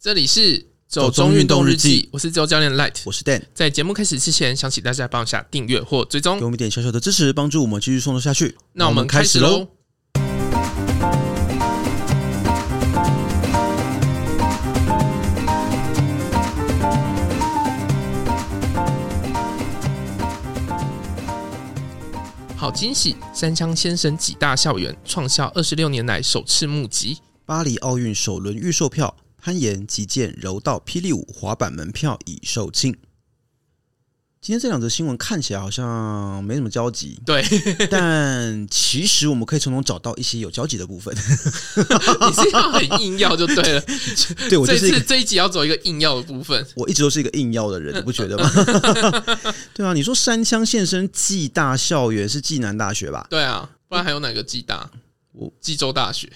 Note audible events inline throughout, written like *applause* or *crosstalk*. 这里是走中中运运动动日日记记，我是周教练 Light。我是 Dan，在节目开始之前，想请大家帮我下订阅或追给踪我。们一点小小的支持，帮助我们继续创作下去。那我们开始喽。。好惊喜！山枪先生几大校园创校二十六年来首次募集，巴黎奥运首轮预售票，攀岩、击剑、柔道、霹雳舞、滑板门票已售罄。今天这两则新闻看起来好像没什么交集，对，但其实我们可以从中找到一些有交集的部分。你是要很硬要就对了。对我就这是一次个，这一集要走一个硬要的部分，我一直都是一个硬要的人，你不觉得吗？ *laughs* 对啊，你说山枪现身暨大校园是暨南大学吧？对啊，不然还有哪个暨大？嗯我济州大学，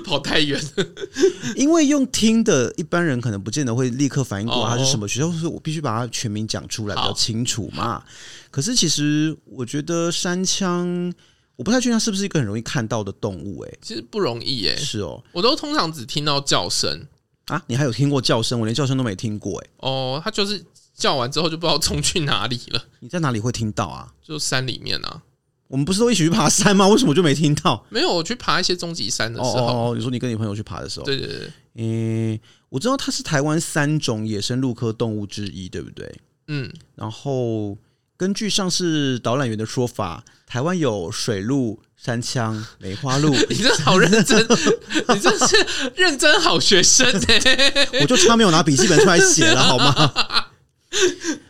*laughs* 跑太远。 *laughs* 因为用听的，一般人可能不见得会立刻反应哦过它是什么学校，所以我必须把它全名讲出来比好较清楚嘛。可是其实我觉得山枪，我不太确定它是不是一个很容易看到的动物、欸，其实不容易耶、是哦，我都通常只听到叫声啊，你还有听过叫声？我连叫声都没听过、欸，哦，他就是叫完之后就不知道冲去哪里了， *laughs* 你在哪里会听到啊？就山里面啊，我们不是都一起去爬山吗？为什么我就没听到？没有我去爬一些终极山的哦时候，哦哦，你说你跟你朋友去爬的时候，对对对，诶、我知道它是台湾三种野生陆科动物之一，对不对？嗯，然后根据上次导览员的说法，台湾有水鹿、山枪、梅 *laughs* 花鹿，你这好认真， *laughs* 你这是认真好学生哎、我就差没有拿笔记本出来写了，好吗？ *laughs*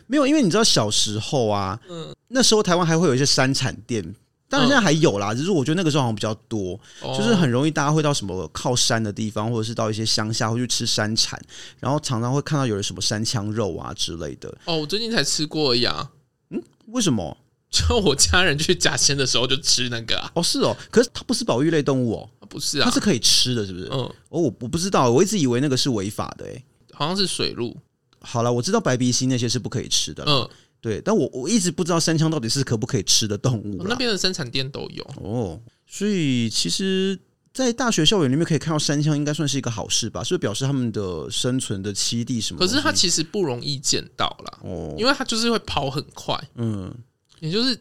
没有，因为你知道小时候啊，嗯那时候台湾还会有一些山产店，当然现在还有啦，只是我觉得那个时候好像比较多，嗯哦 *laughs* 就是很容易大家会到什么靠山的地方，或者是到一些乡下会去吃山产，然后常常会看到有人什么山枪肉啊之类的。哦，我最近才吃过呀、为什么？就我家人去甲仙的时候就吃那个啊，哦，是哦，可是它不是保育类动物哦，不是它啊，是可以吃的，是不是？嗯，哦，我我不知道，我一直以为那个是违法的、欸。好像是水路，好了，我知道白鼻心那些是不可以吃的啦，嗯，对，但我我一直不知道山枪到底是可不可以吃的动物我哦那啦。边的生产店都有，哦，所以其实，在大学校园里面可以看到山枪，应该算是一个好事吧？是不是表示他们的生存的栖地什么可东西？是它其实不容易见到啦，哦，因为它就是会跑很快，嗯，也就是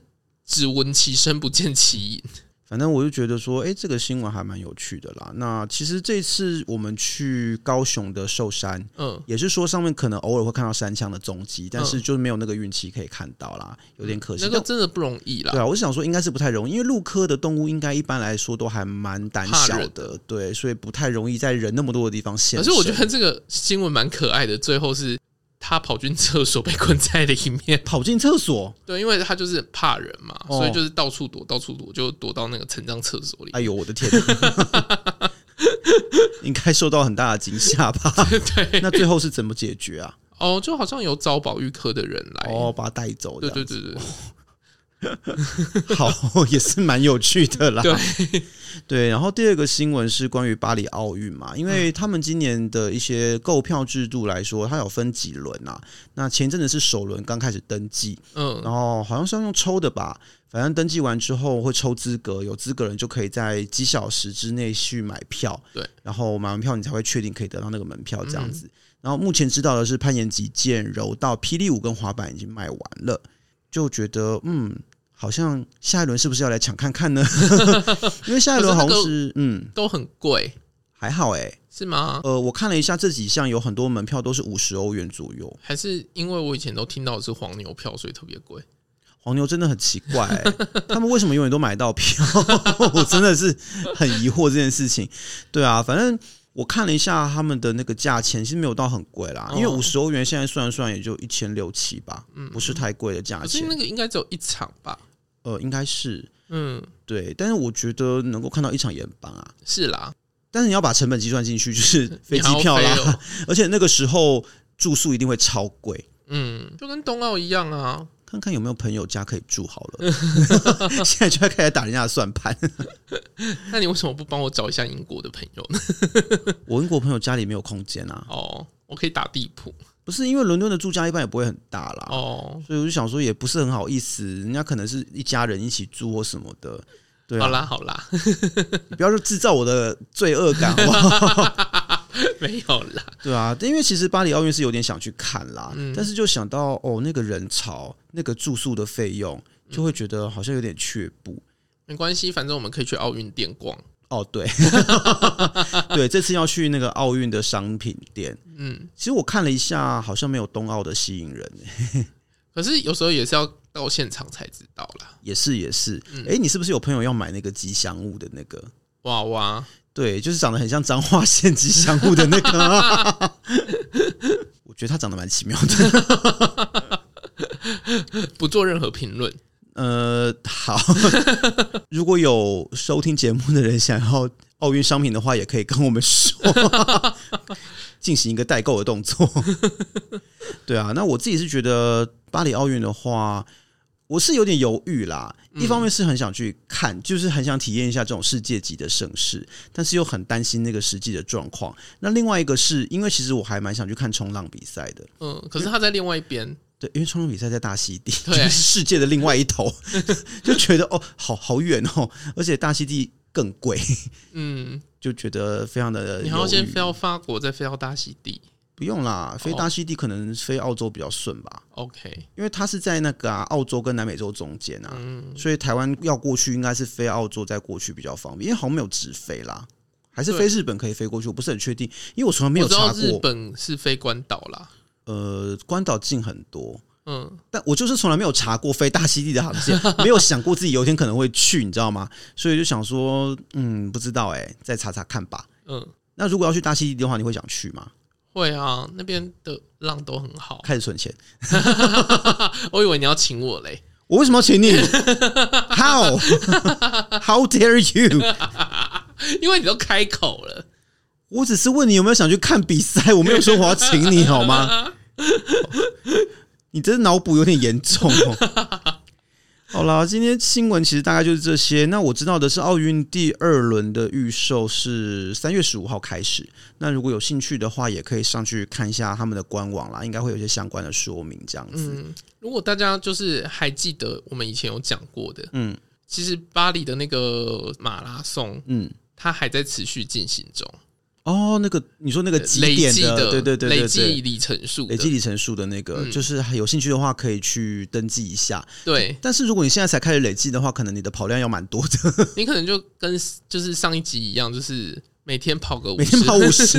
只闻其声不见其影。反正我就觉得说，哎、这个新闻还蛮有趣的啦。那其实这次我们去高雄的寿山，嗯，也是说上面可能偶尔会看到山枪的踪迹，但是嗯就是没有那个运气可以看到啦，有点可惜。那个真的不容易啦。对啊，我是想说应该是不太容易，因为鹿科的动物应该一般来说都还蛮胆怕小人的，对，所以不太容易在人那么多的地方现可身。是我觉得这个新闻蛮可爱的，最后是他跑进厕所被困在里面。 *laughs* 跑进厕所，对，因为他就是怕人嘛，哦所以就是到处躲，到处躲，就躲到那个成长厕所里。哎呦我的 *laughs* 天哪，应该受到很大的惊吓吧？对，那最后是怎么解决啊？哦，就好像有招保育科的人来。哦，把它带走，哎对对对对，对对，好，也是蛮有趣的啦。对对，然后第二个新闻是关于巴黎奥运嘛，嗯因为他们今年的一些购票制度来说，它有分几轮啊。那前阵子是首轮刚开始登记，嗯，然后好像是要用抽的吧，反正登记完之后会抽资格，有资格人就可以在几小时之内去买票，对，嗯然后买完票你才会确定可以得到那个门票这样子。然后目前知道的是攀岩、击剑、柔道、霹雳舞跟滑板已经卖完了，就觉得嗯，好像下一轮是不是要来抢看看呢？ *laughs* 因为下一轮好可是那个像是嗯都很贵，还好哎、是吗？呃，我看了一下这几项有很多门票都是五十欧元左右，还是因为我以前都听到的是黄牛票，所以特别贵。黄牛真的很奇怪、欸，他们为什么永远都买到票？ *laughs* 我真的是很疑惑这件事情。对啊，反正我看了一下他们的那个价钱，其实没有到很贵啦，因为哦嗯五十欧元现在算一算也就一千六七吧，不是太贵的价可是钱那。个应该只有一场吧？呃，应该是嗯，对，但是我觉得能够看到一场也很棒啊。是啦，但是你要把成本计算进 *laughs* 去，就是飞你还机要票啦， *laughs* 飞哦而且那个时候住宿一定会超贵。嗯，就跟冬奥一样啊。看看有没有朋友家可以住好 *laughs* 了， *laughs* 现在就要开始打人家的算盘。那你为什么不帮我找一下英国的朋 *laughs* 友呢？我英国朋友家里没有空间啊，哦，我可以打地铺。不是因为伦敦的住家一般也不会很大啦，哦，所以我就想说也不是很好意思，人家可能是一家人一起住或什么的。对啊， *laughs* 好啦好啦， *laughs* 你不要说制造我的罪恶感好不好？没没有啦，对啊，因为其实巴黎奥运是有点想去看啦，嗯但是就想到哦那个人潮、那个住宿的费用，就会觉得好像有点却步。没关系，反正我们可以去奥运店逛。哦， *laughs* 对，对，这次要去那个奥运的商品店。嗯，其实我看了一下，好像没有冬奥的吸引人，可是有时候也是要到现场才知道啦。也是也是。哎、你是不是有朋友要买那个吉祥物的那个？哇哇，对，就是长得很像彰化县吉祥物的那个。 *laughs* 我觉得他长得蛮奇妙的。不做任何评论。呃，好， *laughs* 如果有收听节目的人想要奥运商品的话，也可以跟我们说， *laughs* 进行一个代购的动作。 *laughs* 对啊，那我自己是觉得巴黎奥运的话，我是有点犹豫啦。一方面是很想去看，就是很想体验一下这种世界级的盛世，但是又很担心那个实际的状况。那另外一个是因为其实我还蛮想去看冲浪比赛的，嗯，可是他在另外一边，对，因为冲浪比赛在大溪地， *laughs* 就对是世界的另外一头， *laughs* 就觉得哦，好好远哦，而且大溪地更贵，嗯，就觉得非常的你还要先呃犹豫飞到法国，再飞到大溪地。不用啦，飞哦大溪地可能飞澳洲比较顺吧， OK，因为它是在那个、啊、澳洲跟南美洲中间啊，嗯所以台湾要过去应该是飞澳洲再过去比较方便，因为好像没有直飞啦。还是对飞日本可以飞过去，我不是很确定，因为我从来没有我知道查日过。本是飞关岛啦。呃，关岛近很多，嗯，但我就是从来没有查过飞大溪地的航线，没有想过自己有一天可能会去，你知道吗？所以就想说，嗯，不知道哎、再查查看吧。嗯，那如果要去大溪地的话，你会想去吗？会啊，那边的浪都很好。开始存钱，我以为你要请我嘞，我为什么要请你？How *laughs* how dare you？因为你都开口了。我只是问你有没有想去看比赛，我没有说我要请你好吗？你这脑补有点严重哦。好啦，今天新闻其实大概就是这些。那我知道的是，奥运第二轮的预售是三月十五号开始。那如果有兴趣的话，也可以上去看一下他们的官网啦，应该会有一些相关的说明这样子。嗯，如果大家就是还记得我们以前有讲过的，嗯其实巴黎的那个马拉松，嗯，它还在持续进行中，哦，那个你说那个累几点计的对对对对累对计里程数的累计里程数的那个，嗯就是有兴趣的话可以去登记一下。对但是如果你现在才开始累计的话，可能你的跑量要蛮多的， *laughs* 你可能就跟就是上一集一样，就是每天跑个，每天跑五十，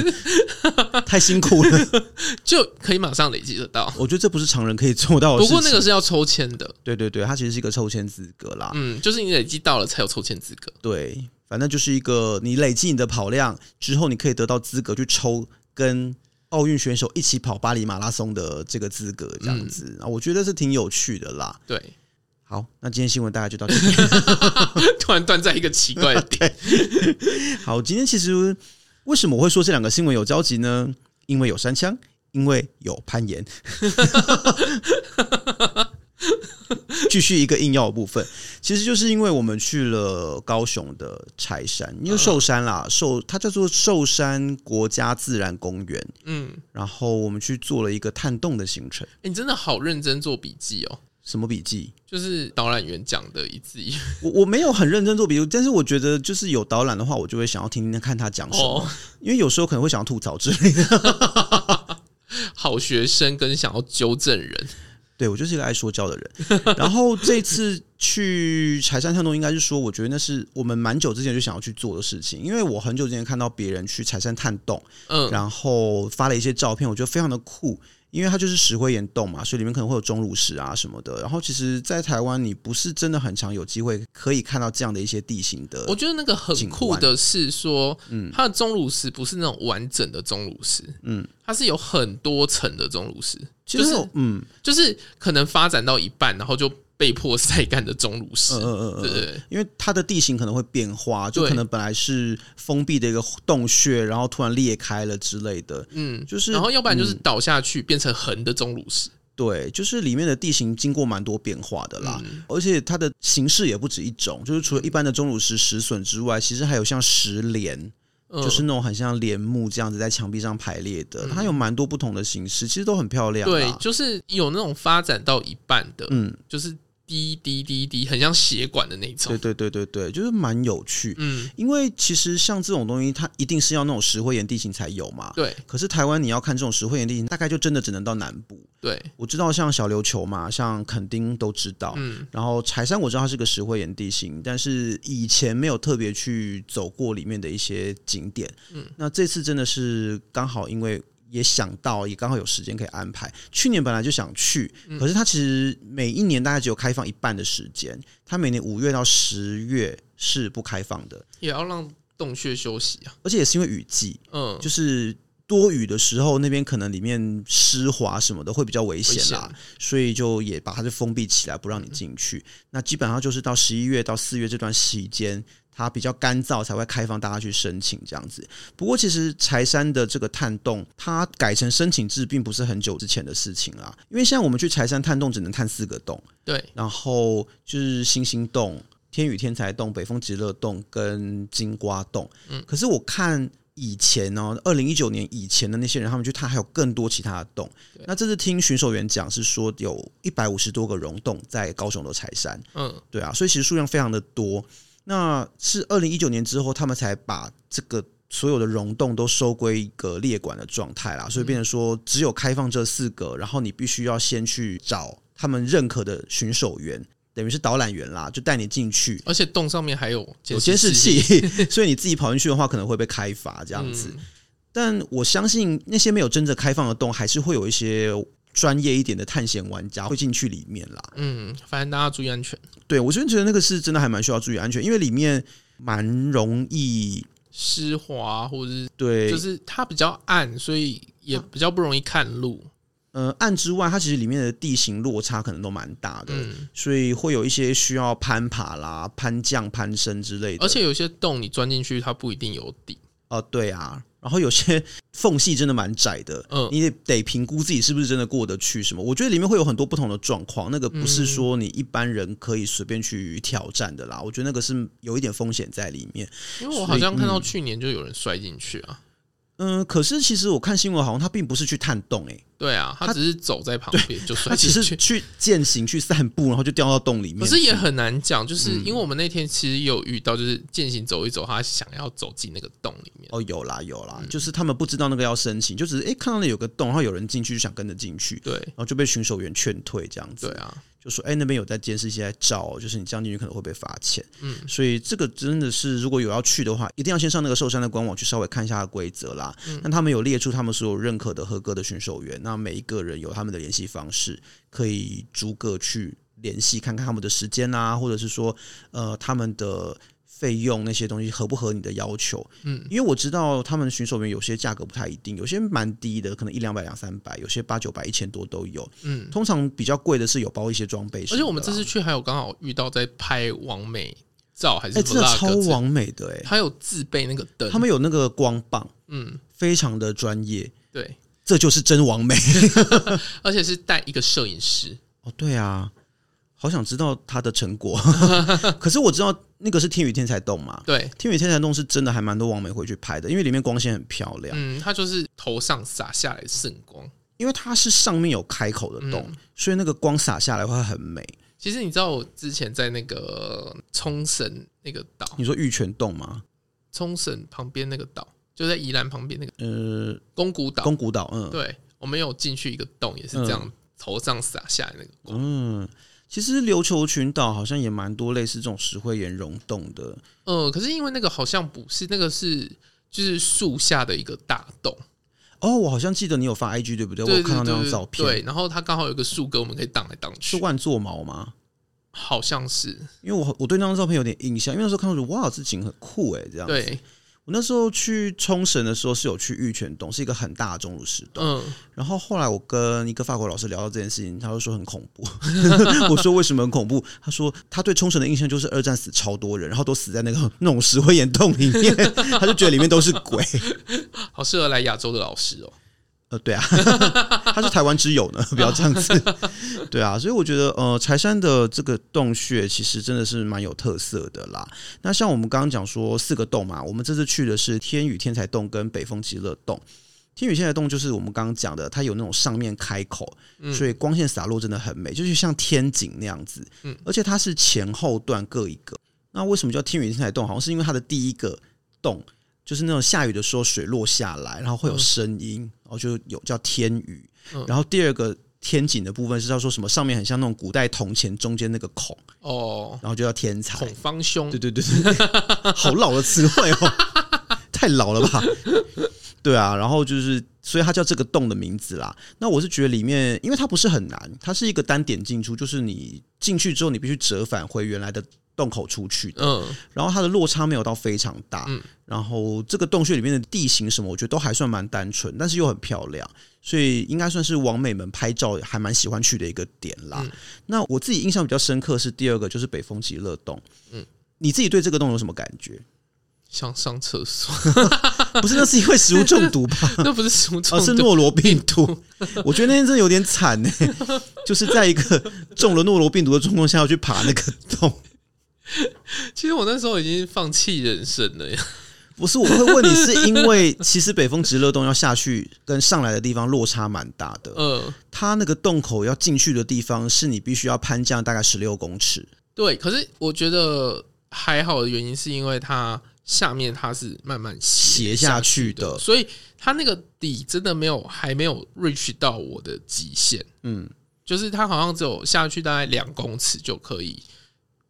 太辛苦了。 *laughs* 就可以马上累积得到。我觉得这不是常人可以做到的不事情。过那个是要抽签的，对对对，它其实是一个抽签资格啦。嗯，就是你累积到了才有抽签资格。对，反正就是一个你累积你的跑量之后，你可以得到资格去抽跟奥运选手一起跑巴黎马拉松的这个资格，这样子、嗯啊，我觉得是挺有趣的啦。对，好，那今天新闻大概就到这里。突然断在一个奇怪的点。好，今天其实为什么我会说这两个新闻有交集呢？因为有山枪，因为有攀岩。 *laughs* 继续一个硬要的部分，其实就是因为我们去了高雄的柴山，因为寿山啦，寿它叫做寿山国家自然公园，嗯，然后我们去做了一个探洞的行程。欸诶你真的好认真做笔记哦，什么笔记？就是导览员讲的一字一句我我没有很认真做笔记，但是我觉得就是有导览的话，我就会想要听听看他讲什么，哦，因为有时候可能会想要吐槽之类的。好学生跟想要纠正人。对我就是一个爱说教的人。然后这次去柴山探洞，应该是说，我觉得那是我们蛮久之前就想要去做的事情，因为我很久之前看到别人去柴山探洞，嗯，然后发了一些照片，我觉得非常的酷。因为它就是石灰岩洞嘛，所以里面可能会有钟乳石啊什么的。然后其实，在台湾你不是真的很常有机会可以看到这样的一些地形的我觉得那个很景酷观的是说，它的钟乳石不是那种完整的钟乳石，嗯嗯，它是有很多层的钟乳石，其就实是我嗯就是可能发展到一半，然后就被迫晒干的钟乳石嗯，嗯嗯对嗯对，对因为它的地形可能会变化，就对可能本来是封闭的一个洞穴，然后突然裂开了之类的。嗯，就是然后要不然就是倒下去变成横的钟乳石，对，就是里面的地形经过蛮多变化的啦，嗯而且它的形式也不止一种，就是除了一般的钟乳石石笋之外，其实还有像石莲，嗯，嗯就是那种很像帘幕这样子在墙壁上排列的，它有蛮多不同的形式，其实都很漂亮对，啦。就是有那种发展到一半的，嗯，就是滴滴滴滴，很像血管的那对种。对对对对，就是蛮有趣。嗯，因为其实像这种东西，它一定是要那种石灰岩地形才有嘛。对可是台湾你要看这种石灰岩地形，大概就真的只能到南部。对，我知道像小琉球嘛，像垦丁都知道，嗯然后柴山我知道它是个石灰岩地形，但是以前没有特别去走过里面的一些景点。嗯，那这次真的是刚好因为。也想到，也刚好有时间可以安排。去年本来就想去，嗯可是它其实每一年大概只有开放一半的时间，它每年五月到十月是不开放的，也要让洞穴休息啊。而且也是因为雨季，嗯，就是多雨的时候，那边可能里面湿滑什么的会比较危危险啊啦，所以就也把它就封闭起来，不让你进去。那基本上就是到十一月到四月这段时间，它比较干燥才会开放大家去申请这样子。不过其实柴山的这个探洞，它改成申请制并不是很久之前的事情啦，因为现在我们去柴山探洞只能探四个洞，对，然后就是星星洞、天宇天才洞、北风极乐洞跟金瓜洞。嗯，可是我看以前哦，二零一九年以前的那些人，他们去探还有更多其他的洞。那这次听巡守员讲是说有一百五十多个溶洞在高雄的柴山，嗯，对啊，所以其实数量非常的多。那是二零一九年之后，他们才把这个所有的溶洞都收归一个列管的状态啦，所以变成说只有开放这四个，然后你必须要先去找他们认可的巡守员，等于是导览员啦，就带你进去。而且洞上面还有有监视器， *laughs* 所以你自己跑进去的话，可能会被开罚这这样子。但我相信那些没有真正开放的洞，还是会有一些专业一点的探险玩家会进去里面啦。嗯，反正大家注意安全，对我真的觉得那个是真的还蛮需要注意安全，因为里面蛮容易湿滑啊或者是对，啊就是它比较暗，所以也比较不容易看路。呃暗之外，它其实里面的地形落差可能都蛮大的，嗯，所以会有一些需要攀爬啦、攀降、攀升之类的。而且有些洞你钻进去，它不一定有底。哦、对啊，然后有些 *laughs* 缝隙真的蛮窄的，嗯你得得评估自己是不是真的过得去什么。我觉得里面会有很多不同的状况，那个不嗯是说你一般人可以随便去挑战的啦。我觉得那个是有一点风险在里面。因为所我以好像看到去年就有人摔进去啊。嗯，可是其实我看新闻好像他并不是去探洞、欸，对啊，他只是走在旁边就摔他只进是去。去践行、去散步，然后就掉到洞里面。可是也很难讲，就是嗯因为我们那天其实有遇到，就是践行走一走，他想要走进那个洞里面。哦，有啦有嗯啦，就是他们不知道那个要申请，就只是诶看到那有个洞，然后有人进去就想跟着进去，对然后就被巡守员劝退这样子。对啊，就说哎、那边有在监视器在照，哦就是你这样进去可能会被罚钱。嗯嗯，所以这个真的是如果有要去的话，一定要先上那个寿山的官网去稍微看一下它的规则啦。那他们有列出他们所有认可的合格的巡守员，那每一个人有他们的联系方式，可以逐个去联系，看看他们的时间啊，或者是说呃他们的。费用那些东西合不合你的要求？嗯嗯，因为我知道他们巡守员有些价格不太一定，有些蛮低的，可能一两百、两三百，有些八九百、一千多都有。嗯。通常比较贵的是有包一些装备什而么的啦，啊且我们这次去还有刚好遇到在拍完美照还是哎、真的 vlog 超之类的完美的哎、他有自备那个灯，他们有那个光棒，嗯，非常的专业，对，这就是真完美 *laughs* 而且是带一个摄影师，哦。对啊，好想知道它的成 *laughs* 果。可是我知道那个是天宇天才洞嘛，对，天宇天才洞是真的还蛮多网美回去拍的，因为里面光线很漂亮，嗯，他就是头上洒下来的圣光。因为它是上面有开口的洞，嗯所以那个光洒下来会很美。其实你知道我之前在那个冲绳那个岛，你说玉泉洞吗？冲绳旁边那个岛，就在宜兰旁边那个呃，宫古岛，宫古岛，嗯，对，我们有进去一个洞，也是这样、头上洒下来那个光，嗯，其实琉球群岛好像也蛮多类似这种石灰岩溶洞的，呃，可是因为那个好像不是，那个是就是树下的一个大洞，哦，我好像记得你有发 IG 对不对？对我有看到那张对照片，对，然后它刚好有个树根，我们可以荡来荡是去，万座毛吗？好像是，因为我我对那张照片有点印象，因为那时候看到觉得哇，这景很酷哎，这样。，对，我那时候去冲绳的时候是有去玉泉洞，是一个很大的钟乳石洞。嗯，然后后来我跟一个法国老师聊到这件事情，他就说很恐怖。 *laughs* 我说为什么很恐怖？他说他对冲绳的印象就是二战死超多人，然后都死在那个 *laughs* 那种石灰岩洞里面，他就觉得里面都是鬼。好适合来亚洲的老师哦。呃，对啊， *laughs* 他是台湾之友呢，不要这样子。哦 *laughs* 对啊，所以我觉得，呃，柴山的这个洞穴其实真的是蛮有特色的啦。那像我们刚刚讲说四个洞嘛，我们这次去的是天宇天才洞跟北风极乐洞。天宇现在的洞就是我们刚刚讲的，它有那种上面开口，嗯所以光线洒落真的很美，就是像天井那样子。嗯而且它是前后段各一个。那为什么叫天宇天台洞？好像是因为它的第一个洞就是那种下雨的时候水落下来，然后会有嗯声音，然后就有叫天雨。嗯然后第二个天井的部分是他说什么上面很像那种古代铜钱中间那个孔，哦，然后就叫天才。孔方兄对对对对，对 *laughs* 好老的词汇哦， *laughs* 太老了吧？对啊，然后就是，所以它叫这个洞的名字啦。那我是觉得里面，因为它不是很难，它是一个单点进出，就是你进去之后，你必须折返回原来的洞口出去的。嗯然后它的落差没有到非常大，嗯然后这个洞穴里面的地形什么，我觉得都还算蛮单纯，但是又很漂亮，所以应该算是网美们拍照还蛮喜欢去的一个点啦。嗯那我自己印象比较深刻是第二个，就是北风极乐洞。嗯，你自己对这个洞有什么感觉？想上厕所， *laughs* 不是，那是因为食物中毒吧？那不是什么而、哦是哦中毒？诺罗病毒。我觉得那天真的有点惨呢、就是在一个中了诺罗病毒的状况下要去爬那个洞。其实我那时候已经放弃人生了呀。不是，我会问你，是因为 *laughs* 其实北风直乐洞要下去跟上来的地方落差蛮大的，嗯，它那个洞口要进去的地方是你必须要攀降大概十六公尺，对。可是我觉得还好的原因是因为它下面它是慢慢斜斜下去去的。所以它那个底真的没有还没有 reach 到我的极限，嗯，就是它好像只有下去大概两公尺就可以，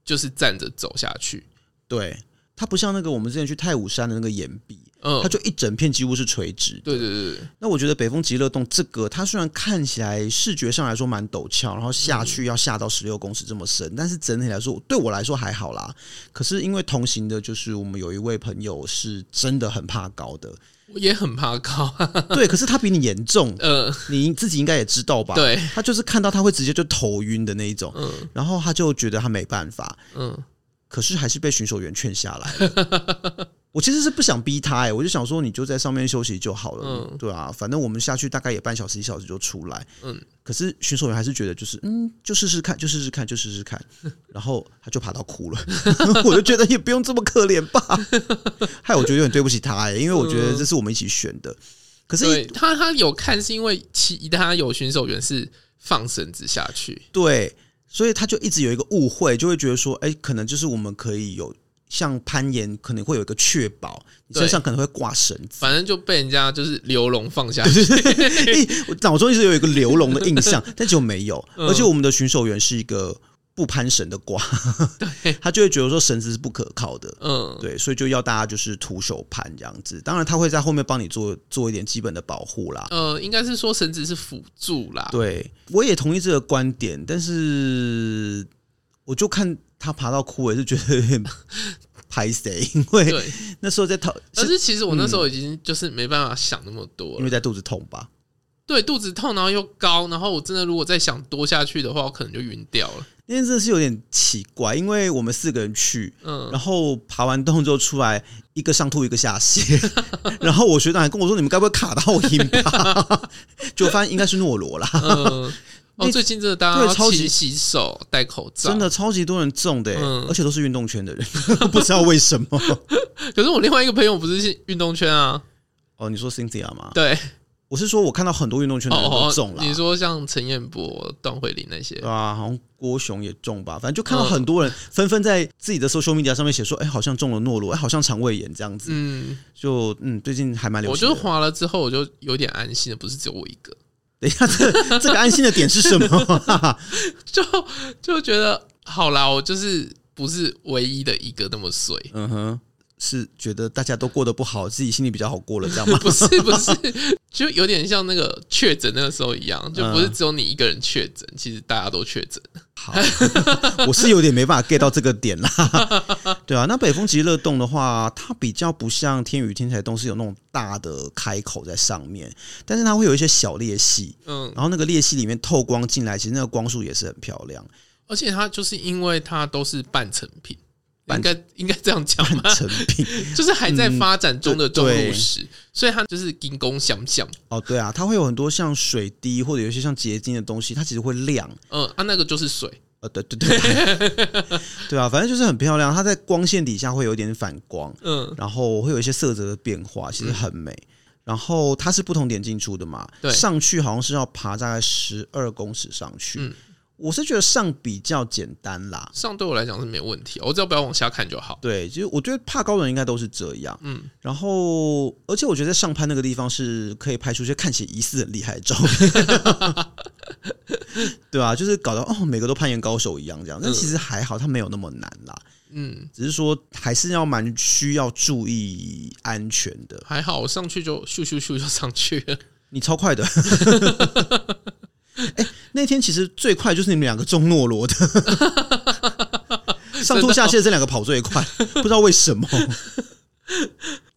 就是站着走下去。对，它不像那个我们之前去太武山的那个岩壁，嗯它，就一整片几乎是垂直的。对对对对，那我觉得北风极乐洞这个，它虽然看起来视觉上来说蛮陡峭，然后下去要下到十六公尺这么深，但是整体来说对我来说还好啦。可是因为同行的，就是我们有一位朋友是真的很怕高的，我也很怕高。啊 *laughs* 对，可是他比你严重，嗯，你自己应该也知道吧？，对，他就是看到他会直接就头晕的那一种，嗯然后他就觉得他没办法，嗯可是还是被巡守员劝下来了。 *laughs* 我其实是不想逼他、欸，我就想说你就在上面休息就好了，嗯对啊，反正我们下去大概也半小时一小时就出来，嗯可是巡守员还是觉 *laughs* 得就是嗯，就试试看，就试试看，就试试看，然后他就爬到哭了， *laughs* 我就觉得也不用这么可怜吧， *laughs* 害我觉得有点对不起他、欸，因为我觉嗯得这是我们一起选的，可是对，他他有看是因为其他有巡守员是放绳子下去。对，所以他就一直有一个误会，就会觉得说，哎、可能就是我们可以有像攀岩，可能会有一个确保，你身对上可能会挂绳子。反正就被人家就是流笼放下去，哎、 *laughs* 我脑中一直有一个流龙的 *laughs* 印象，但就没有。嗯而且我们的巡守员是一个不攀绳 *laughs* 的瓜， *laughs* 他就会觉得说绳子是不可靠的。嗯，对，所以就要大家就是徒手攀这样子，当然他会在后面帮你做做一点基本的保护啦。呃，应该是说绳子是辅助啦，对，我也同意这个观点，但是我就看他爬到哭，我也是觉得有点拍谁， *laughs* 因为对，那时候在讨，可是是其实我那时候已经就是没办法想那么多因了，为在肚子痛吧？对，肚子痛，然后又高，然后我真的如果再想多下去的话，我可能就晕掉了。那天真的是有点奇怪，因为我们四个人去，嗯，然后爬完洞之后出来，一个上吐一个下泻， *laughs* 然后我学长还跟我说：“你们该不会卡到音吧？” *laughs* 就发现应该是 *laughs* 诺罗啦，嗯，那哦，最近真的大家对要超勤级洗手、戴口罩，真。的超级多人中的欸、嗯而且都是运动圈的人， *laughs* 不知道为什么。可是我另外一个朋友不是运动圈啊，哦，你说 Cynthia 吗？对，我是说，我看到很多运动圈的人哦都哦中，啦，你说像陈彦博、段慧玲那些对，啊，好像郭雄也中吧，反正就看到嗯很多人纷纷在自己的 social media 上面写说，哎、好像中了诺罗，哎、好像肠胃炎这样子，嗯，就嗯，最近还蛮流我行就的。 *laughs* 是滑了之后，我就有点安心了，不是只有我一个，等一下，这这个安心的点是什么？ *laughs* 就就觉得好啦，我就是不是唯一的一个那么衰，？嗯哼，是觉得大家都过得不好，自己心里比较好过了，这样吗 *laughs* *laughs* 不是不是，就有点像那个确诊那个时候一样，就不嗯是只有你一个人确诊，其实大家都确诊。好，我是有点没办法 get 到这个点啦。 *laughs* 对啊，那北风极乐洞的话，它比较不像天宇天才洞是有那种大的开口在上面，但是它会有一些小裂隙。嗯，然后那个裂隙里面透光进来，其实那个光束也是很漂亮， *laughs* 而且它就是因为它都是半成品，半应该应该这样 *laughs* 讲半吧，成 *laughs* 品。就是还在发展中的中嗯对路石，所以它就是金工相像。哦，对啊，它会有很多像水滴或者有一些像结晶的东西，它其实会亮。嗯，啊，那个就是水。呃，对对对，对啊，反正就是很漂亮。它在光线底下会有点反光，嗯，然后会有一些色泽的变化，其实很美。然后它是不同点进出的嘛，对上去好像是要爬大概十二公尺上去。嗯我是觉得上比较简单啦，上对我来讲是没有问题，我只要不要往下看就好。对，其实我觉得怕高的人应该都是这样。嗯，然后，而且我觉得在上攀那个地方是可以拍出一些看起来疑似很厉害的照片， *laughs* 对啊，就是搞到哦，每个都攀岩高手一样这样，但嗯其实还好，它没有那么难啦，嗯，只是说还是要蛮需要注意安全的。还好，我上去就咻咻咻就上去了。 *laughs* 你超快的，哎、那天其实最快就是你们两个中诺 *laughs* 罗的，上吐下泻这两个跑 *laughs* 最快，不知道为什么。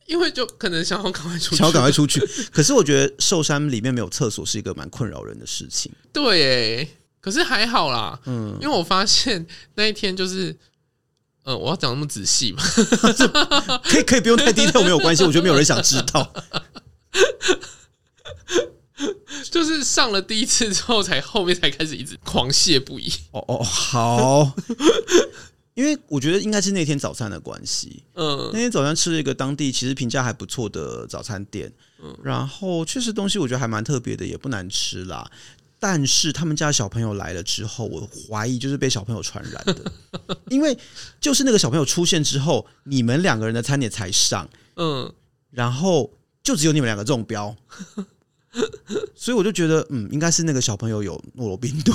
因为就可能想要赶快出去，想要赶快出去。 *laughs* 可是我觉得寿山里面没有厕所是一个蛮困扰人的事情。 *laughs* 对耶，可是还好啦，嗯，因为我发现那一天就是，呃，我要讲那么仔细嘛，可以可以不用太低调，没有关系，我觉得没有人想知道。 *laughs* 就是上了第一次之后才，后面才开始一直狂泻不已。 *laughs* 哦哦，好。 *laughs* 因为我觉得应该是那天早餐的关系，嗯那天早餐吃了一个当地其实评价还不错的早餐店，然后确实东西我觉得还蛮特别的，也不难吃啦。但是他们家小朋友来了之后，我怀疑就是被小朋友传染 *laughs* 的，因为就是那个小朋友出现之后，你们两个人的餐点才上，嗯，然后就只有你们两个中标， *laughs* 所以我就觉得，嗯，应该是那个小朋友有诺 *laughs* 罗病毒，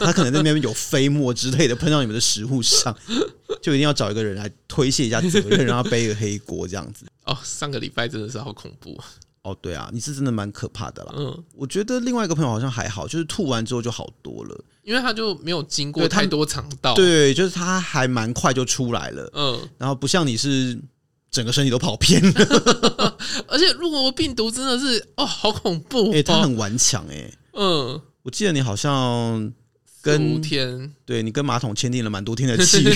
他可能那边有飞沫之类的喷到你们的食物上，就一定要找一个人来推卸一下责任，让他背个黑锅 *laughs* 这样子。哦，上个礼拜真的是好恐怖。哦，对啊，你是真的蛮可怕的啦。嗯，我觉得另外一个朋友好像还好，就是吐完之后就好多了。因为他就没有经过对他太多肠道。，对，就是他还蛮快就出来了，嗯，然后不像你是整个身体都跑偏了。 *laughs* 而且如果病毒真的是哦，好恐怖、哦。哎、他很顽强哎、嗯，我记得你好像跟跟天，对你跟马桶签订了蛮多天的契 *laughs* 约，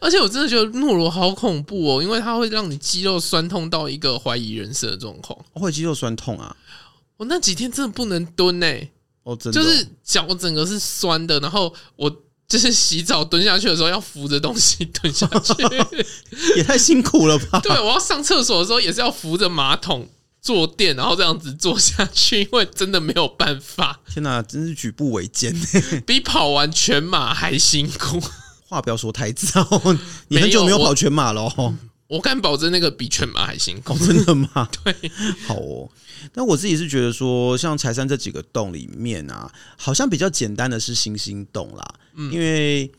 而且我真的觉得诺罗好恐怖哦，因为它会让你肌肉酸痛到一个怀疑人生的状况。会肌肉酸痛啊！我那几天真的不能蹲哎、哦，真的就哦、是脚整个是酸的，然后我就是洗澡蹲下去的时候要扶着东西蹲下去，也太辛苦了吧？对我要上厕所的时候也是要扶着马桶坐垫，然后这样子坐下去，因为真的没有办 *laughs* 法，天哪、真是举步维艰。比跑完全马还辛苦。话不要说太早，你很久没没有有我跑全马了哦。我敢保证那个比全马还辛苦哦，。真的吗？对，好哦。但我自己是觉得说，像柴山这几个洞里面啊，好像比较简单的是星星洞啦，因为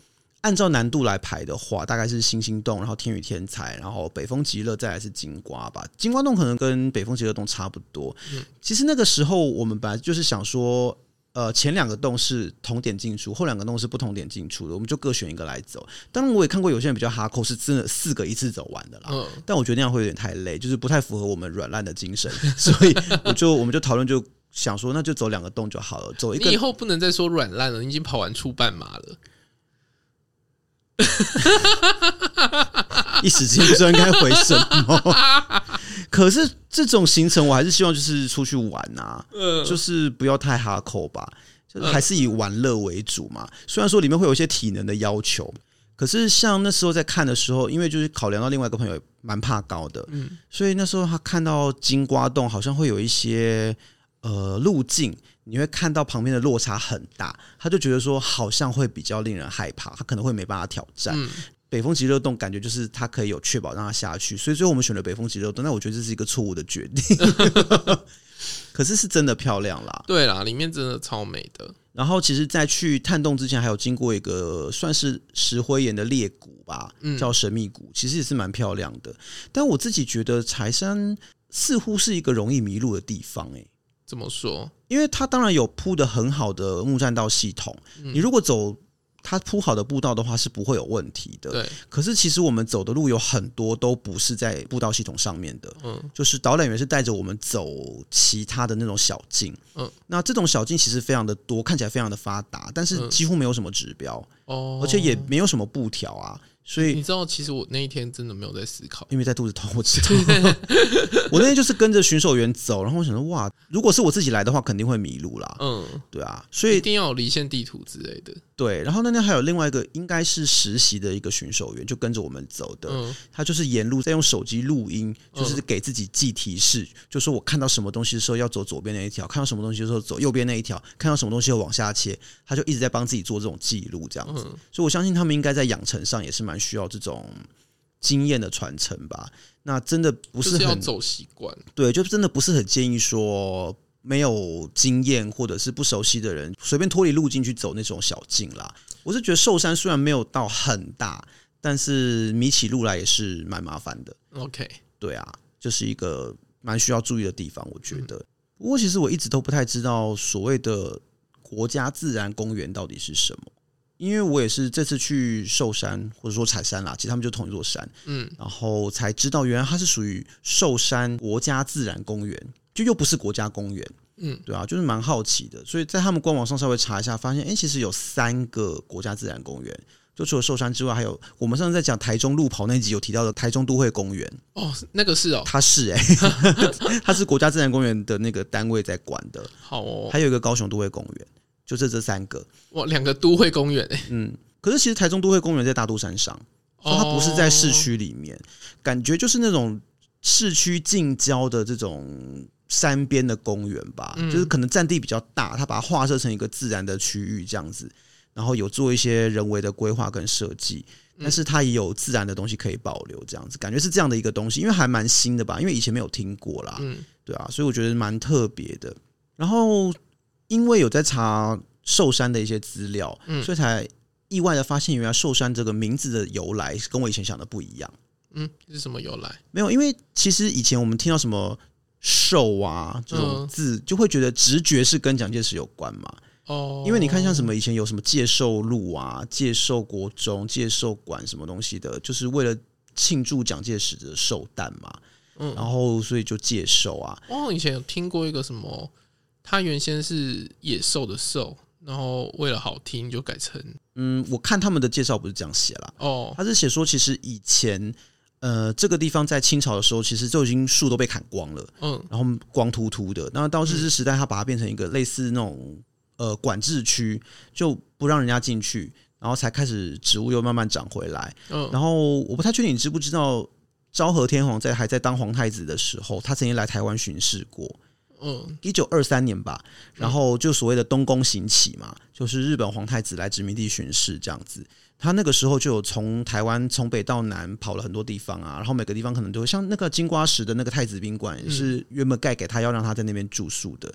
按照难度来排的话，大概是星星洞，然后天宇天才，然后北风极乐，再来是金瓜吧。金瓜洞可能跟北风极乐洞差不多。其实那个时候我们本来就是想说。呃，前两个洞是同点进出，后两个洞是不同点进出的，我们就各选一个来走。当然，我也看过有些人比较哈扣，是真的四个一次走完的啦。嗯，但我觉得那样会有点太累，就是不太符合我们软烂的精神，所以我就我们就讨论就想说，那就走两个洞就好了，走一你以个后不能再说软烂了，你已经跑完初半马了。 *laughs* 一时之间不知道应该回什么。 *laughs* 可是这种行程，我还是希望就是出去玩啊，嗯，就是不要太哈扣吧，就是还是以玩乐为主嘛。虽然说里面会有一些体能的要求，可是像那时候在看的时候，因为就是考量到另外一个朋友也蛮怕高的，嗯所以那时候他看到金瓜洞好像会有一些呃路径，你会看到旁边的落差很大，他就觉得说好像会比较令人害怕，他可能会没办法挑战。嗯北风极乐洞感觉就是它可以有确保让它下去，所以最后我们选了北风极乐洞，但我觉得这是一个错误的决定。 *laughs* 可是是真的漂亮啦，对啦，里面真的超美的。然后其实，在去探洞之前，还有经过一个算是石灰岩的裂谷吧，嗯叫神秘谷，其实也是蛮漂亮的。但我自己觉得柴山似乎是一个容易迷路的地方、欸，怎么说？因为它当然有铺的很好的木栈道系统，嗯你如果走它铺好的步道的话，是不会有问题的。对，可是其实我们走的路有很多都不是在步道系统上面的，嗯就是导览员是带着我们走其他的那种小径，嗯嗯，那这种小径其实非常的多，看起来非常的发达，但是几乎没有什么指标，嗯哦，嗯而且也没有什么布条啊，所以你知道，其实我那一天真的没有在思考。因为在肚子痛，我知道， *laughs* 我那天就是跟着巡守员走，然后我想说，哇，如果是我自己来的话，肯定会迷路啦，嗯，对啊，所一以定要有离线地图之类的。对，然后那天还有另外一个，应该是实习的一个巡守员，就跟着我们走的。嗯他就是沿路在用手机录音，嗯就是给自己记提示，就说我看到什么东西的时候要走左边那一条，看到什么东西的时候走右边那一条，看到什么东西要往下切，他就一直在帮自己做这种记录，这样子。嗯，所以我相信他们应该在养成上也是蛮需要这种经验的传承吧。那真的不不是要很走习惯，对，就真的不是很建议说没有经验或者是不熟悉的人随便脱离路径去走那种小径啦。我是觉得寿山虽然没有到很大，但是迷起路来也是蛮麻烦的。 OK，对啊，就是一个蛮需要注意的地方，我觉得。嗯不过其实我一直都不太知道所谓的国家自然公园到底是什么，因为我也是这次去寿山或者说柴山啦，其实他们就同一座山，嗯，然后才知道原来它是属于寿山国家自然公园，就又不是国家公园。嗯，对啊，就是蛮好奇的，所以在他们官网上稍微查一下，发现哎、诶其实有三个国家自然公园，就除了寿山之外，还有我们上次在讲台中路跑那集有提到的台中都会公园，哦，那个是哦，它是哎、 *laughs* 它是国家自然公园的那个单位在管的，好哦，还有一个高雄都会公园，就这这三个，哇，两个都会公园诶，嗯，可是其实台中都会公园在大肚山上，哦所以它不是在市区里面，感觉就是那种市区近郊的这种山边的公园吧，嗯就是可能占地比较大，它把它划设成一个自然的区域这样子，然后有做一些人为的规划跟设计。嗯但是它也有自然的东西可以保留，这样子感觉是这样的一个东西，因为还蛮新的吧，因为以前没有听过啦。哦，嗯对啊，所以我觉得蛮特别的。然后因为有在查寿山的一些资料，嗯所以才意外的发现，原来寿山这个名字的由来是跟我以前想的不一样。嗯，是什么由来？没有，因为其实以前我们听到什么寿啊这种嗯字，就会觉得直觉是跟蒋介石有关嘛。哦，因为你看，像什么以前有什么介寿路啊、介寿国中、介寿馆什么东西的，就是为了庆祝蒋介石的寿诞嘛。嗯然后所以就介寿啊，我好哦像以前有听过一个什么，它原先是野兽的兽，然后为了好听就改成嗯，我看他们的介绍不是这样写啦，哦，他是写说其实以前，呃，这个地方在清朝的时候，其实就已经树都被砍光了，嗯然后光秃秃的。那到日治时代，他把它变成一个类似那种呃管制区，就不让人家进去，然后才开始植物又慢慢长回来。嗯，然后我不太确定你知不知道，昭和天皇在还在当皇太子的时候，他曾经来台湾巡视过。嗯一九二三年吧，然后就所谓的东宫行乞嘛，就是日本皇太子来殖民地巡视这样子。他那个时候就有从台湾从北到南跑了很多地方啊，然后每个地方可能都会像那个金瓜石的那个太子宾馆，也是原本盖给他要让他在那边住宿的。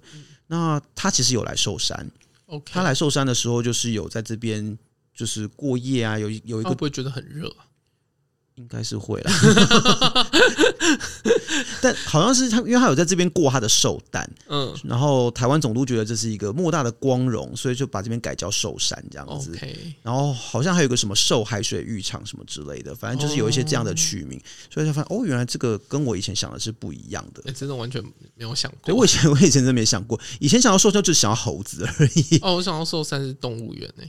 那他其实有来寿山， ，OK，他来寿山的时候就是有在这边就是过夜啊，有一有一他个会不会觉得很热啊？应该是会啦， *laughs* 但好像是他，因为他有在这边过他的寿诞，嗯然后台湾总督觉得这是一个莫大的光荣，所以就把这边改叫寿山这样子。 ，OK，然后好像还有个什么寿海水浴场什么之类的，反正就是有一些这样的取名，嗯所以才发现哦，原来这个跟我以前想的是不一样的。哎，真的完全没有想对过。我以前我以前真的没想过，以前想要寿山就只想要猴子而已。哦，我想要寿山是动物园呢。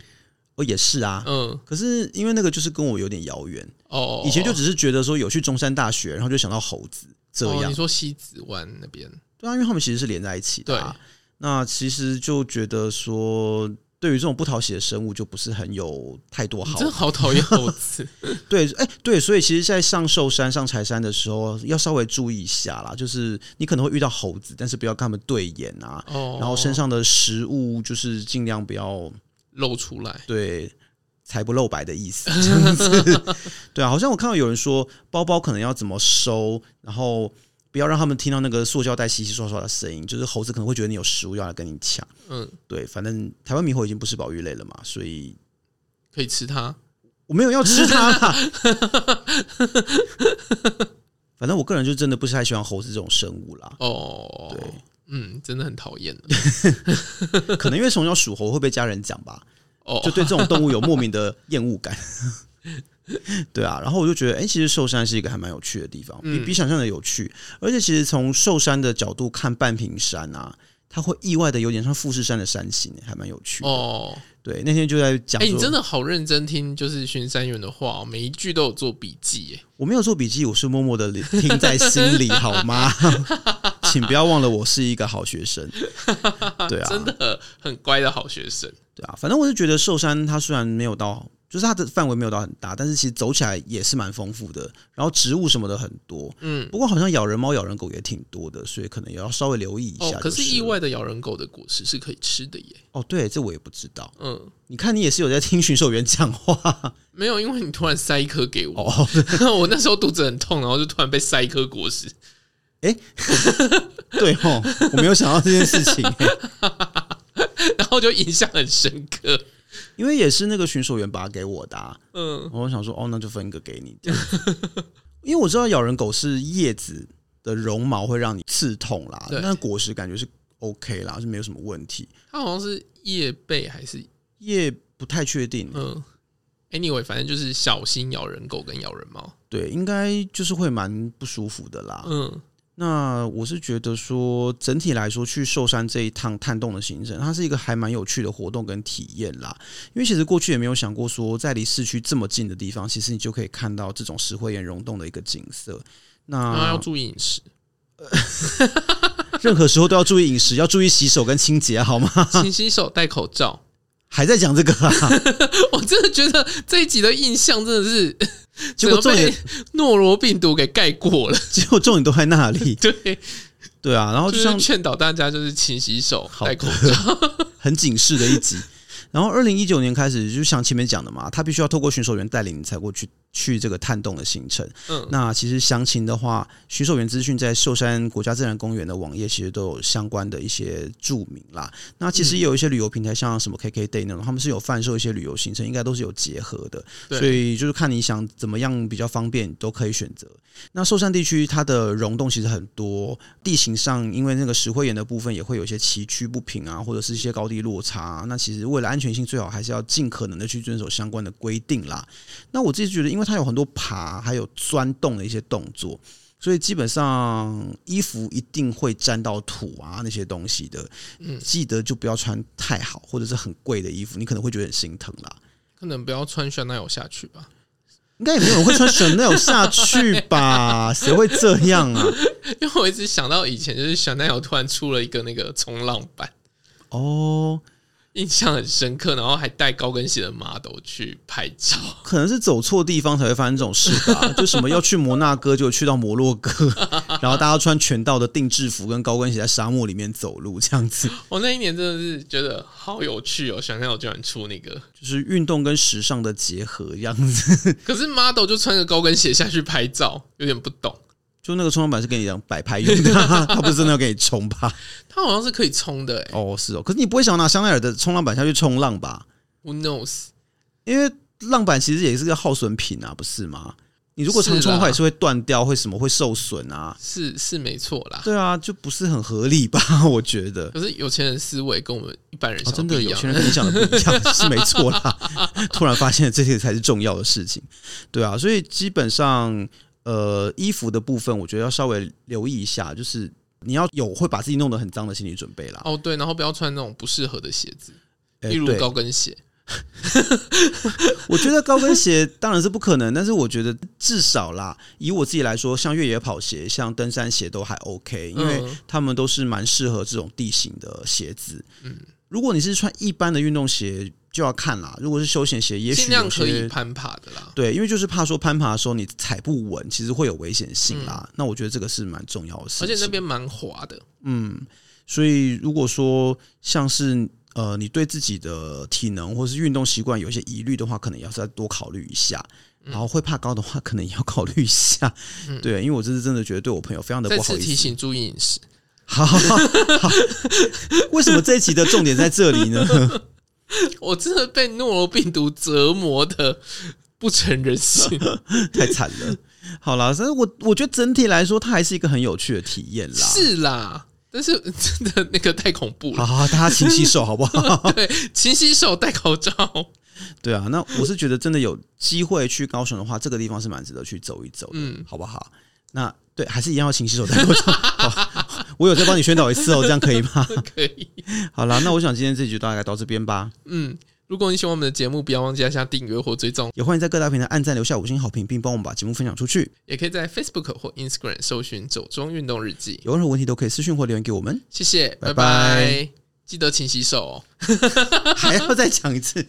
哦，也是啊。嗯，可是因为那个就是跟我有点遥远，哦，以前就只是觉得说有去中山大学，然后就想到猴子这哦样你。说西子湾那边，对啊，因为他们其实是连在一起的、啊。那其实就觉得说，对于这种不讨喜的生物，就不是很有太多你好真的好讨厌猴 *laughs* 子。对，哎、对，所以其实，在上寿山、上柴山的时候，要稍微注意一下啦。就是你可能会遇到猴子，但是不要跟他们对眼啊。哦，然后身上的食物就是尽量不要露出来。对财不露白的意思，这样子。对啊，好像我看到有人说包包可能要怎么收，然后不要让他们听到那个塑胶袋稀稀刷刷的声音，就是猴子可能会觉得你有食物要来跟你抢。嗯，对，反正台湾猕猴已经不是保育类了嘛，所以可以吃它。我没有要吃它啦。 *laughs* 反正我个人就真的不是太喜欢猴子这种生物啦，哦，对，嗯，真的很讨厌。 *laughs* 可能因为从小属猴会被家人讲吧，哦，就对这种动物有莫名的厌恶 *laughs* 感。对啊，然后我就觉得，哎、其实寿山是一个还蛮有趣的地方，比嗯比想象的有趣。而且其实从寿山的角度看半屏山啊，它会意外的有点像富士山的山形，还蛮有趣的。哦，对，那天就在讲哎、说，你真的好认真听，就是巡山员的话、哦每一句都有做笔记耶。 *laughs* *laughs* 我没有做笔记，我是默默的听在心里，好吗？请不要忘了，我是一个好学生。对啊，真的很乖的好学生。对啊，反正我是觉得寿山它虽然没有到，就是它的范围没有到很大，但是其实走起来也是蛮丰富的，然后植物什么的很多。嗯，不过好像咬人猫、咬人狗也挺多的，所以可能也要稍微留意一哦下、，可是是意外的咬人狗的果实是可以吃的耶。哦，对，这我也不知道。嗯，你看，你也是有在听巡守员讲话没有，因为你突然塞一颗给我， *laughs* 哦。我那时候肚子很痛，然后就突然被塞一颗果实。对吼，我没有想到这件事 *laughs* 情、然后就印象很深刻。因为也是那个巡守员把它给我的、啊，嗯，我想说哦，那就分一个给你。这样子因为我知道咬人狗是叶子的绒毛会让你刺痛啦，对那果实感觉是 OK 啦，是没有什么问题。它好像是叶贝还是叶不太确定，嗯，anyway，反正就是小心咬人狗跟咬人猫。对，应该就是会蛮不舒服的啦。嗯，那我是觉得说，整体来说，去寿山这一趟探洞的行程，它是一个还蛮有趣的活动跟体验啦。因为其实过去也没有想过说，在离市区这么近的地方，其实你就可以看到这种石灰岩溶洞的一个景色。然后要那注意饮食，任何时候都要注意饮食，要注意洗手跟清洁，好吗？勤洗手，戴口罩。 *laughs* 还在讲这个、啊，我真的觉得这一集的印象真的是结果整重个被点，诺罗病毒给盖过了。 *laughs* *laughs* 结果重点都在那里。对，对啊，然后就就像是劝导大家就是勤洗手，好戴口罩。 *laughs* 很警示的一集。 *laughs* 然后，二零一九年开始，就像前面讲的嘛，他必须要透过巡守员带领你才过去去这个探洞的行程。嗯，那其实详情的话，巡守员资讯在寿山国家自然公园的网页其实都有相关的一些注明啦。那其实也有一些旅游平台，像什么 KKday 那种，他们是有贩售一些旅游行程，应该都是有结合的。对所以就是看你想怎么样比较方便，都可以选择。那寿山地区它的溶洞其实很多，地形上因为那个石灰岩的部分也会有一些崎岖不平啊，或者是一些高低落差、啊。那其实为了安全性，最好还是要尽可能的去遵守相关的规定啦。那我自己觉得，因为它有很多爬还有钻洞的一些动作，所以基本上衣服一定会沾到土啊那些东西的。嗯记得就不要穿太好或者是很贵的衣服，你可能会觉得很心疼啦。可能不要穿香奈儿下去吧， *laughs* 应该也没有人会穿 Chanel 下去吧？谁会这样啊？因为我一直想到以前就是香奈儿突然出了一个那个冲浪板。哦，印象很深刻，然后还带高跟鞋的 model 去拍照， *laughs* 可能是走错地方才会发生这种事吧？就什么要去摩纳哥，就去到摩洛哥， *laughs* 然后大家穿全套的定制服跟高跟鞋在沙漠里面走路，这样子我那一年真的是觉得好有趣哦，想象我居然出那个，就是运动跟时尚的结合，这样子。可是 model 就穿着高跟鞋下去拍照，有点不懂。就那个冲浪板是给你讲摆拍用的， *laughs* 它不是真的要给你冲吧？他好像是可以冲的、欸，哦，是哦，可是你不会想拿香奈儿的冲浪板下去冲浪吧？ ，Who knows？因为浪板其实也是个耗损品啊，不是吗？你如果常是冲啦的话，也是会断掉，会什么会受损啊？是是没错啦。对啊，就不是很合理吧？ *laughs* 我觉得。可是有钱人思维跟我们一般人哦，想真不的一有样钱人跟你想的不一样，是没错啦。 *laughs* 突然发现这些才是重要的事情，对啊，所以基本上，呃，衣服的部分我觉得要稍微留意一下，就是你要有会把自己弄得很脏的心理准备啦。哦，对，然后不要穿那种不适合的鞋子，哎例如对高跟鞋。我觉得高跟鞋当然是不可能，但是我觉得至少啦，以我自己来说，像越野跑鞋、像登山鞋都还 OK，因为嗯他们都是蛮适合这种地形的鞋子。嗯如果你是穿一般的运动鞋，就要看啦。如果是休闲鞋，也尽许量有可以些攀爬的啦。对，因为就是怕说攀爬的时候你踩不稳，其实会有危险性啦。那我觉得这个是蛮重要的嗯事而情。且那边蛮滑的，嗯，所以如果说像是呃，你对自己的体能或是运动习惯有一些疑虑的话，可能也要再多考虑一下。然后会怕高的话，可能也要考虑一下。嗯对，因为我这次真的觉得对我朋友非常的再不好次意提思。醒注意饮食。好好好，为什么这一集的重点在这里呢？ *laughs* 我真的被诺罗病毒折磨的不成人性，太惨了。好啦，但是我我觉得整体来说，它还是一个很有趣的体验啦。是啦，但是 *laughs* 真的那个太恐怖好了。好，好大家勤洗手，好不好？ *laughs* 对，勤洗手，戴口罩。对啊，那我是觉得真的有机会去高雄的话，这个地方是蛮值得去走一走的，嗯好不好？那对，还是一样要勤洗手戴口罩。好我有再帮你宣导一次哦，这样可以吗？ *laughs* 可以。好啦，那我想今天这集就大概到这边吧。嗯，如果你喜欢我们的节目，不要忘记按下订阅或追踪，也欢迎在各大平台按赞、留下五星好评，并帮我们把节目分享出去。也可以在 Facebook 或 Instagram 搜寻“走中运动日记，有任何问题都可以私讯或留言给我们”。谢谢，拜拜拜拜，记得勤洗手哦。还要再讲一次。